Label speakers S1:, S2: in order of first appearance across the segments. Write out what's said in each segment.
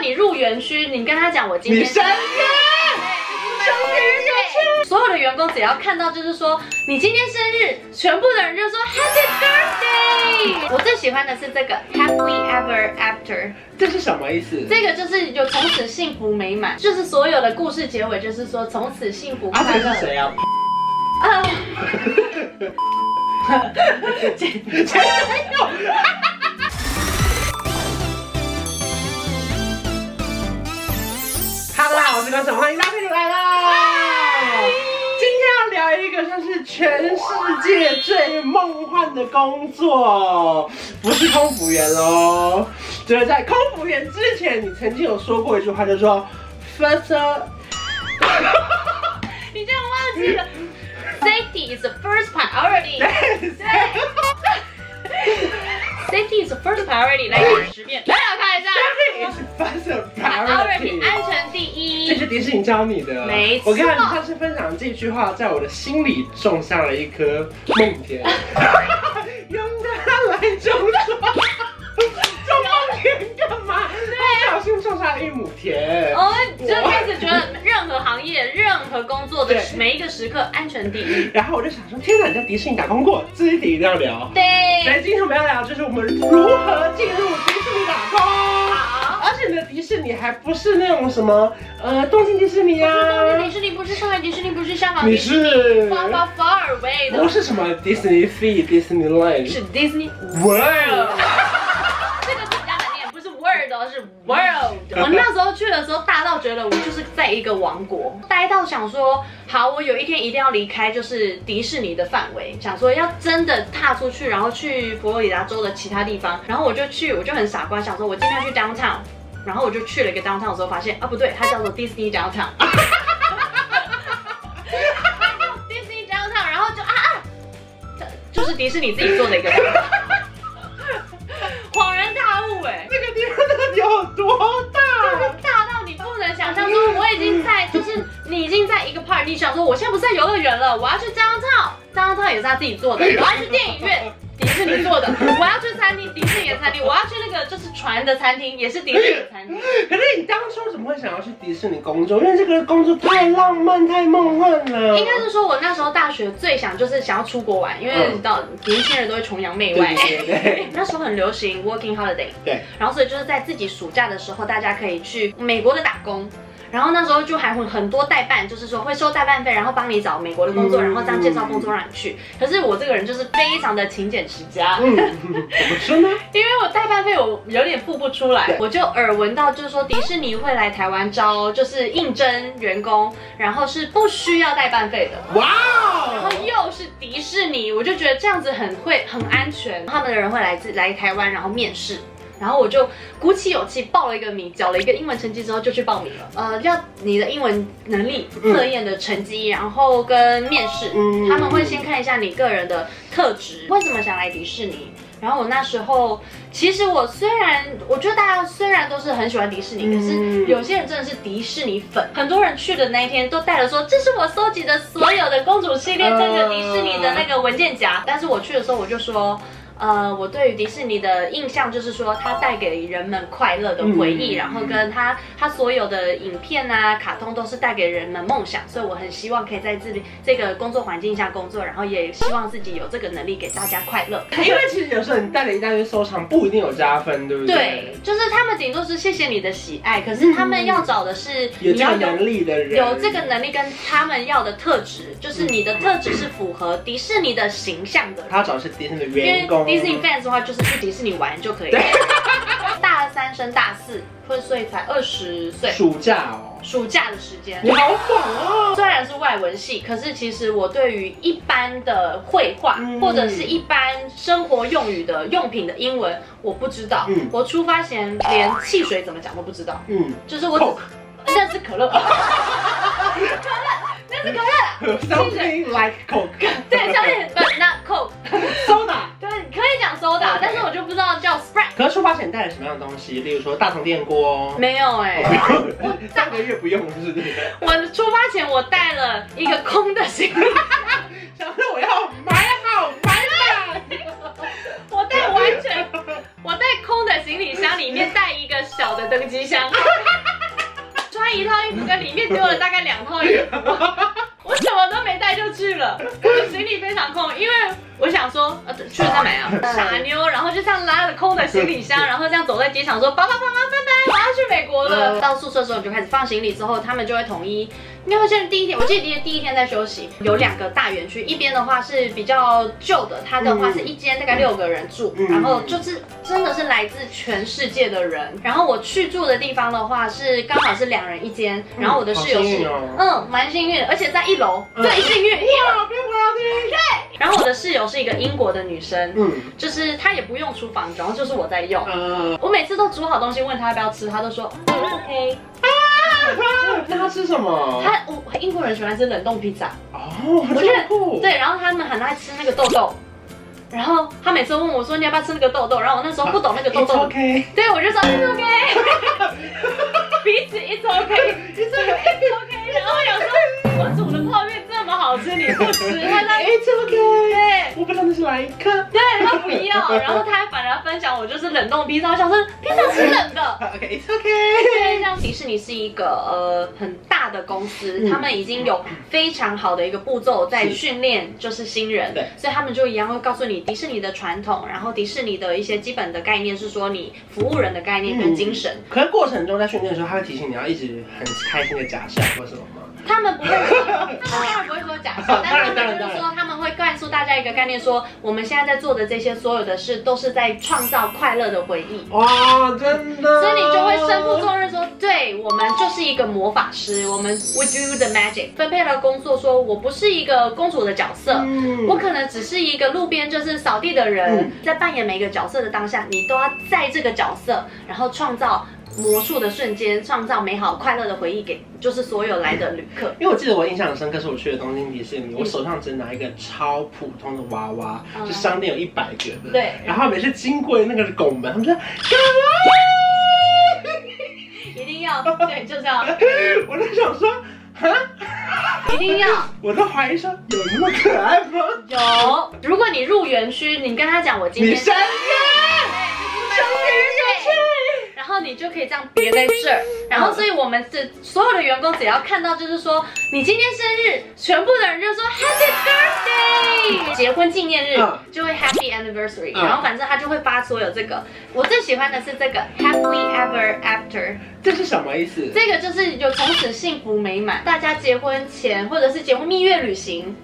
S1: 你入园区，你跟他讲我今天
S2: 你删
S1: 对
S2: 掉，
S1: 对所有的员工只要看到就是说你今天生日，全部的人就说 Happy Birthday。我最喜欢的是这个 Happy Ever After，
S2: 这是什么意思？
S1: 这个就是有从此幸福美满，就是所有的故事结尾就是说从此幸福
S2: 啊，
S1: 快
S2: 这
S1: 乐
S2: 个是。谁啊？
S1: 啊
S2: 前男友。哈喽，大家好，我是关晨，欢迎大家又来啦！今天要聊一个算是全世界最梦幻的工作，不是空服员哦。就是在空服员之前，你曾经有说过一句话，就是说 first，
S1: 你这样忘记了，Safety is the first priority。Safety is the first priority，来讲十遍。来，我看一下。
S2: everything is first priority
S1: priority，。安全第一
S2: 这。是迪士尼教你的。
S1: 没错
S2: 我看你上次分享这句话，在我的心里种下了一颗梦 田，用它来种花。种梦田干嘛？不小心种下了一亩田。
S1: 哦，就开始觉得任何行业、任何工作的
S2: 对
S1: 每一个时刻，安全第一。
S2: 然后我就想说，天哪，你在迪士尼打工过，这一题一定要聊。所
S1: 对，
S2: 以今天我们要聊就是我们如何进入迪士尼打工。
S1: 好。
S2: 而且你的迪士尼还不是那种什么，呃，东京迪士尼啊，
S1: 迪士尼不是上海迪士尼，不是香港
S2: 你
S1: 迪士尼，
S2: 是
S1: far far far away
S2: 不
S1: 的，
S2: 是什么 Disney Sea、Disneyland，
S1: 是 Disney
S2: World，
S1: World。这个更加难念，不是 World 哦，是 World。我那时候去的时候，大到觉得我就是在一个王国，呆到想说，好，我有一天一定要离开，就是迪士尼的范围，想说要真的踏出去，然后去佛罗里达州的其他地方。然后我就去，我就很傻瓜，想说我今天要去 downtown。然后我就去了一个 downtown 的时候，发现啊不对，它叫做 Disney downtown。Disney downtown，然后就啊啊，这 就是迪士尼自己做的一个 downtown。恍然大悟哎、
S2: 那个地方到底有多
S1: 就是
S2: 大？
S1: 大到你不能想象，说我已经在，就是你已经在一个 part，你想说我现在不是在游乐园了，我要去张照，张照也是他自己做的，我要去电影院。迪士尼做的，我要去餐厅，迪士尼的餐厅，我要去那个就是船的餐厅，也是迪士尼的餐厅。
S2: 可是你当初怎么会想要去迪士尼工作？因为这个工作太浪漫、太梦幻了。
S1: 应该是说，我那时候大学最想就是想要出国玩，因为你知道年轻人都会崇洋媚
S2: 对
S1: 外。
S2: 对对对
S1: 那时候很流行 working holiday，
S2: 对，
S1: 然后所以就是在自己暑假的时候，大家可以去美国的打工。然后那时候就还会很多代办，就是说会收代办费，然后帮你找美国的工作，
S2: 嗯
S1: 然后这样介绍工作让你去。可是我这个人就是非常的勤俭持家，
S2: 嗯，怎么说呢？
S1: 因为我代办费我有点付不出来
S2: 对，
S1: 我就耳闻到就是说迪士尼会来台湾招就是应征员工，然后是不需要代办费的。
S2: 哇
S1: 然后
S2: 哦！
S1: 又是迪士尼，我就觉得这样子很会很安全。他们的人会来自来台湾，然后面试。然后我就鼓起勇气报了一个名，缴了一个英文成绩之后就去报名了。呃，要你的英文能力
S2: 嗯
S1: 测验的成绩，然后跟面试，
S2: 嗯
S1: 他们会先看一下你个人的特质，为什么想来迪士尼。然后我那时候，其实我虽然我觉得大家虽然都是很喜欢迪士尼，可是
S2: 嗯
S1: 有些人真的是迪士尼粉，很多人去的那一天都带了说这是我搜集的所有的公主系列这个迪士尼的那个文件
S2: 呃
S1: 夹，但是我去的时候我就说。呃，我对于迪士尼的印象就是说，它带给人们快乐的回忆，
S2: 嗯
S1: 然后跟它它所有的影片啊、卡通都是带给人们梦想，所以我很希望可以在这里这个工作环境下工作，然后也希望自己有这个能力给大家快 乐。
S2: 因为其实有时候你带了一大堆收藏，不一定有加分，对不
S1: 对，就是他们顶多是谢谢你的喜爱，可是他们要找的是
S2: 嗯有
S1: 你
S2: 这
S1: 要
S2: 个
S1: 有
S2: 能力的人，
S1: 有这个能力跟他们要的特质，就是你的特质是符合迪士尼的形象的。
S2: 他找的是迪士尼的
S1: 因为
S2: 员工。
S1: 迪士尼 fans 的话，就是去迪士尼玩就可以了。 大三升大四，会所以才二十岁，
S2: 暑假哦，
S1: 暑假的时间
S2: 你。好爽哦！
S1: 虽然是外文系，可是其实我对于一般的绘画、
S2: 嗯
S1: 或者是一般生活用语的用品的英文，我不知道。
S2: 嗯
S1: 我出发前连汽水怎么讲都不知道，
S2: 嗯，
S1: 就是我只
S2: Coke
S1: 那是可乐，可乐，那是可乐，
S2: Something like Coke，
S1: 对，上面 but not coke，
S2: soda。
S1: 对，可以讲 soda，
S2: Okay
S1: 但是我就不知道叫 Sprite，
S2: 可是出发前带了什么样的东西？例如说大同电锅。
S1: 没有哎、
S2: 哦上个月不用是不是？
S1: 我出发前我带了一个空的行李，
S2: 想说我要买好买满，
S1: 我带完全，我带空的行李箱，里面带一个小的登机箱，穿一套衣服，跟里面丢了大概两套衣服，我什么都没带就去了，我的行李非常空，因为我想说，呃，去了再买啊，傻妞，然后就这样拉着空的行李箱，然后这样走在机场说，爸爸爸爸拜拜，我要去美国了。到宿舍的时候你就开始放行李，之后他们就会统一因为现在第一天，我记得第一天在休息，有两个大园区，一边的话是比较旧的，它的话是一间大概六个人
S2: 嗯
S1: 住，然后就是真的是来自全世界的人。然后我去住的地方的话是刚好是两人一间，然后我的室友
S2: 嗯好幸
S1: 是
S2: 运哦嗯
S1: 嗯蛮幸运的，而且在一楼最幸运。
S2: 哇，变滑梯。
S1: 然后我的室友是一个英国的女生，
S2: 嗯，
S1: 就是她也不用厨房装，就是我在用。
S2: 呃，
S1: 我每次都煮好东西问她要不要吃，她都说嗯 OK。
S2: 那他吃什么？
S1: 她我英国人喜欢吃冷冻披萨。
S2: 哦，
S1: 我
S2: 我
S1: 觉
S2: 觉
S1: 得
S2: 得酷。，
S1: 对，然后他们很爱吃那个豆豆，然后他每次问我说你要不要吃那个豆豆，然后我那时候不懂那个豆
S2: 啊 It's
S1: 豆，
S2: OK。
S1: 对我就说 it's OK，彼此 it's OK，it's OK，然后我想说我煮的泡面这么好吃你不吃，他在
S2: It's OK。
S1: 对。
S2: 我不知道那是哪一颗。
S1: 对他不要，然后他还反而分享我就是冷冻披萨，我想说披萨是冷的，
S2: 啊 OK，It's OK。
S1: 对，像迪士尼是一个呃很大的公司，
S2: 嗯
S1: 他们已经有非常好的一个步骤在
S2: 是
S1: 训练就是新人，
S2: 对
S1: 所以他们就一样会告诉你迪士尼的传统，然后迪士尼的一些基本的概念是说你服务人的概念跟精神，
S2: 可是过程中在训练的时候，他会提醒你要一直很开心的假笑或什么吗？
S1: 他们不会说，他们当然不会说假 设，但是他们就是说他们会告诉大家一个概念说，我们现在在做的这些所有的事都是在创造快乐的回忆。
S2: 哇，真的。
S1: 所以你就会身负重任说，对我们就是一个魔法师，我们 we do the magic，分配了工作说，我不是一个公主的角色。
S2: 嗯
S1: 我可能只是一个路边就是扫地的人，
S2: 嗯
S1: 在扮演每个角色的当下，你都要在这个角色，然后创造魔术的瞬间，创造美好快乐的回忆给就是所有来的旅客。
S2: 因为我记得我印象很深刻，是我去了东京迪士尼，我手上只拿一个超普通的娃娃，
S1: 嗯
S2: 就商店有一百个的。
S1: 对
S2: 然后每次经过那个拱门，他们说
S1: 一定要，对，就是要，
S2: 我就想说，啊，
S1: 啊一定要。
S2: 我都怀疑说有那么可爱吗？
S1: 有，如果你入园区，你跟他讲我今天
S2: 你生日
S1: 生日，然后你就可以这样别在这儿。
S2: 嗯
S1: 然后，所以我们是所有的员工只要看到就是说你今天生日，全部的人就说 Happy Birthday，结婚纪念日
S2: 嗯
S1: 就会 Happy Anniversary，
S2: 嗯
S1: 然后反正他就会发所有这个。我最喜欢的是这个 Happy Ever After。
S2: 这是什么意思？
S1: 这个就是有从此幸福美满，大家结婚前或者是结婚蜜月旅行，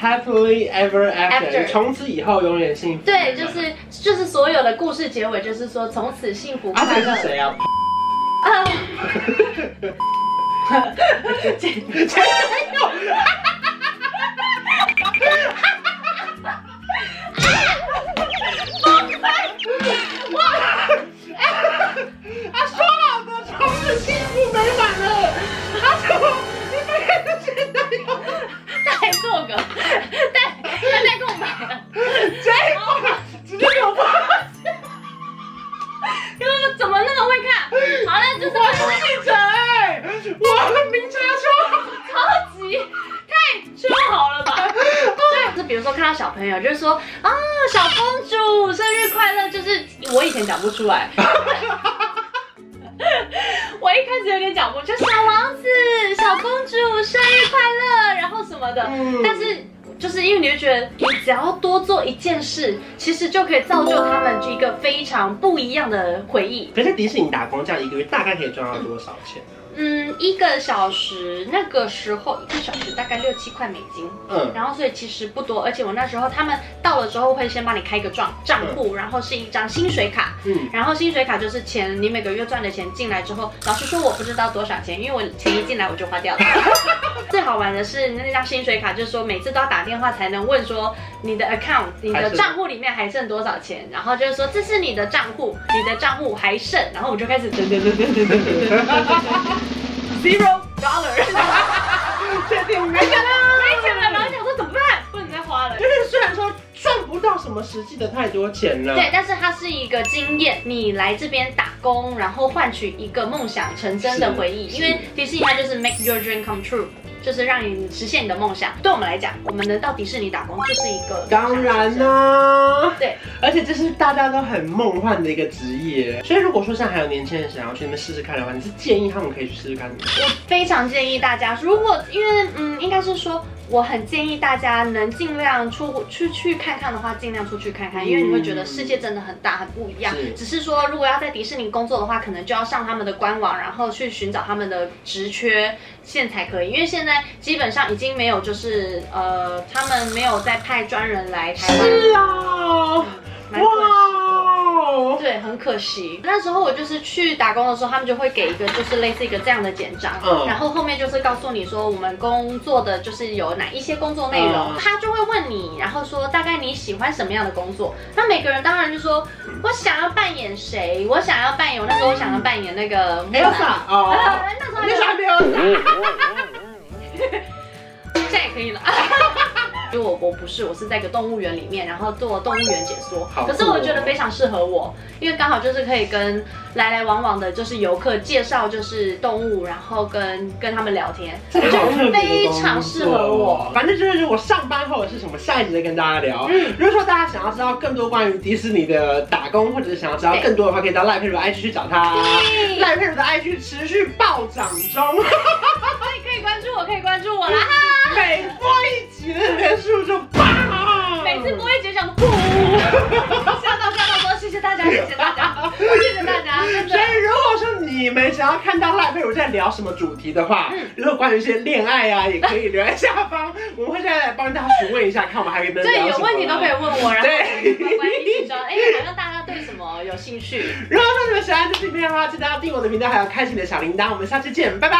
S2: Happily ever after，,
S1: After
S2: 从此以后永远幸福。
S1: 对，就是就是所有的故事结尾就是说从此幸福
S2: 啊，
S1: 快
S2: 这
S1: 乐
S2: 个。是谁啊？
S1: 啊，
S2: 前前男友。他说好的从此幸福美满了，他说你们跟前男友，
S1: 他还做个，但他在空白了。
S2: 结果直接给我发
S1: 因为 怎么那么会看？好了，就是
S2: 我是记者哎，我是明察秋毫。
S1: 超级太秋好了 吧？对，就比如说看到小朋友，就是说啊，小公主生日快乐，就是我以前讲不出 来。我一开始有点讲不，就小王子、小公主生日快乐，然后什么的。
S2: 嗯
S1: 但是就是因为你会觉得，你只要多做一件事，其实就可以造就他们一个非常不一样的回忆。
S2: 可是在迪士尼打工这样一个月大概可以赚到多少钱？
S1: 嗯，一个小时那个时候一个小时大概六七块美金，
S2: 嗯，
S1: 然后所以其实不多，而且我那时候他们到了之后会先帮你开一个账账户，然后是一张薪水卡。
S2: 嗯，
S1: 然后薪水卡就是钱，你每个月赚的钱进来之后，老实说我不知道多少钱，因为我钱一进来我就花掉了。最好玩的是那张薪水卡，就是说每次都要打电话才能问说你的 account，你
S2: 还
S1: 的
S2: 剩
S1: 账户里面还剩多少钱，然后就是说这是你的账户，你的账户还剩，然后我就开始噔噔噔噔噔噔噔噔 zero dollar，
S2: 确定没有？
S1: 没钱了，然后想说怎么办，不能再花了。
S2: 就是虽然说赚不不到什么实际的太多钱了。
S1: 对，但是它是一个经验，你来这边打工，然后换取一个梦想成真的回忆。
S2: 是
S1: 因为迪士尼它就是 make your dream come true，就是让你实现你的梦想。对我们来讲，我们能到迪士尼打工就是一个
S2: 当然
S1: 呢，
S2: 啦、
S1: 对，
S2: 而且这是大家都很梦幻的一个职业，所以如果说现在还有年轻人想要去那边试试看的话，你是建议他们可以去试试看的吗。
S1: 我非常建议大家，如果因为嗯，应该是说。我很建议大家能尽量出去去看看的话，尽量出去看看，因为你会觉得世界真的很大，很不一样
S2: 是。
S1: 嗯只是说，如果要在迪士尼工作的话，可能就要上他们的官网，然后去寻找他们的职缺，现才可以。因为现在基本上已经没有，就是呃，他们没有再派专人来台湾。
S2: 是啊，
S1: 蛮可惜的
S2: 哇哦，
S1: 对，很可惜。那时候我就是去打工的时候，他们就会给一个就是类似一个这样的简章，
S2: 嗯
S1: 然后后面就是告诉你说我们工作的就是有哪一些工作内容，
S2: 嗯
S1: 他就会问你，然后说大概你喜欢什么样的工作。那每个人当然就说我想要扮演谁，我想要扮演，我那时候我想要扮演那个
S2: 没有啥哦，
S1: 啊那时候还
S2: 那
S1: 没有
S2: 时候还没有啥。
S1: 现在也可以了。 就我我不是，我是在一个动物园里面，然后做动物园解说。
S2: 好酷哦
S1: 可是我觉得非常适合我，因为刚好就是可以跟来来往往的，就是游客介绍就是动物，然后跟跟他们聊天，我
S2: 这个好特
S1: 觉得
S2: 别的
S1: 非
S2: 工作哦
S1: 常适合我。。
S2: 反正就是我上班后是什么，下一集再跟大家聊。
S1: 嗯
S2: 如果说大家想要知道更多关于迪士尼的打工，或者是想要知道更多的话，可以到赖佩如的 IG 去找他。赖佩如的 IG 持续暴涨 中，
S1: 可以可以关注我，可以关注 我啦！哦
S2: 每播一集的人数就爆，
S1: 每次播一节想哭，吓到吓到说谢谢大家，谢谢大家，谢谢大家，真
S2: 所
S1: 的。
S2: 以，如果说你们想要看到赖佩如在聊什么主题的话，
S1: 嗯
S2: 如果关于一些恋爱 啊，也可以留在下方，我们会再来帮大家询问一下，看我们还可以跟大家
S1: 对，
S2: 聊
S1: 有
S2: 什么
S1: 问题都可以问我，然后
S2: 对
S1: 乖乖一起说，哎，好像大家对什么有兴趣。
S2: 如果说你们喜欢这期影片的话，记得要订我的频道，还有开启你的小铃铛。我们下期见，拜拜。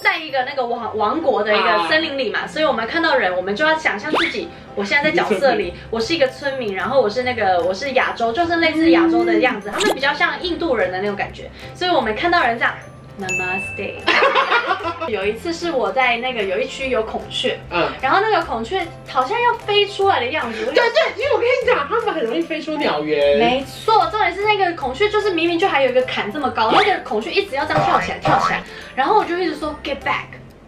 S1: 在一个那个王王国的一
S2: 啊
S1: 个森林里嘛，所以我们看到人，我们就要想象自己，我现在在角色 里，我是一个村民，然后我是那个我是亚洲，就是类似亚洲的样
S2: 嗯
S1: 子，他们比较像印度人的那种感觉，所以我们看到人这样。Namaste。有 一次是我在那个有一区有孔雀，
S2: 嗯，
S1: 然后那个孔雀好像要飞出来的样子，我就
S2: 对对，因为我跟你讲，他们很容易飞出鸟园。
S1: 没错，重点是那个孔雀，就是明明就还有一个坎这么高，那个孔雀一直要这样跳起来，跳起来，然后我就一直说 get back。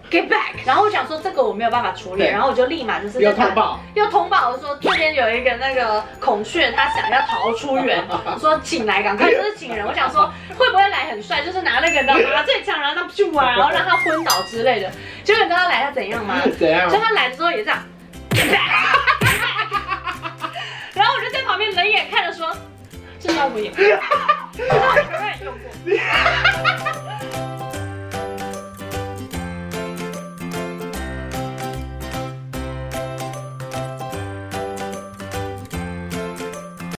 S1: Get back，然后我想说这个我没有办法处理，
S2: 对
S1: 然后我就立马就是
S2: 有嗯通报，
S1: 又通报我说这边有一个那个孔雀，它想要逃出园，说请来赶快，就是请人。我想说会不会来很帅，就是拿那个你知道麻醉枪，然后让咻啊，然后让他昏倒之类的。结果你知道他来他怎样吗？
S2: 怎样
S1: 所以？他来的时候也这样， 然后我就在旁边 冷眼看着说，这招我也会，这招我当然用过。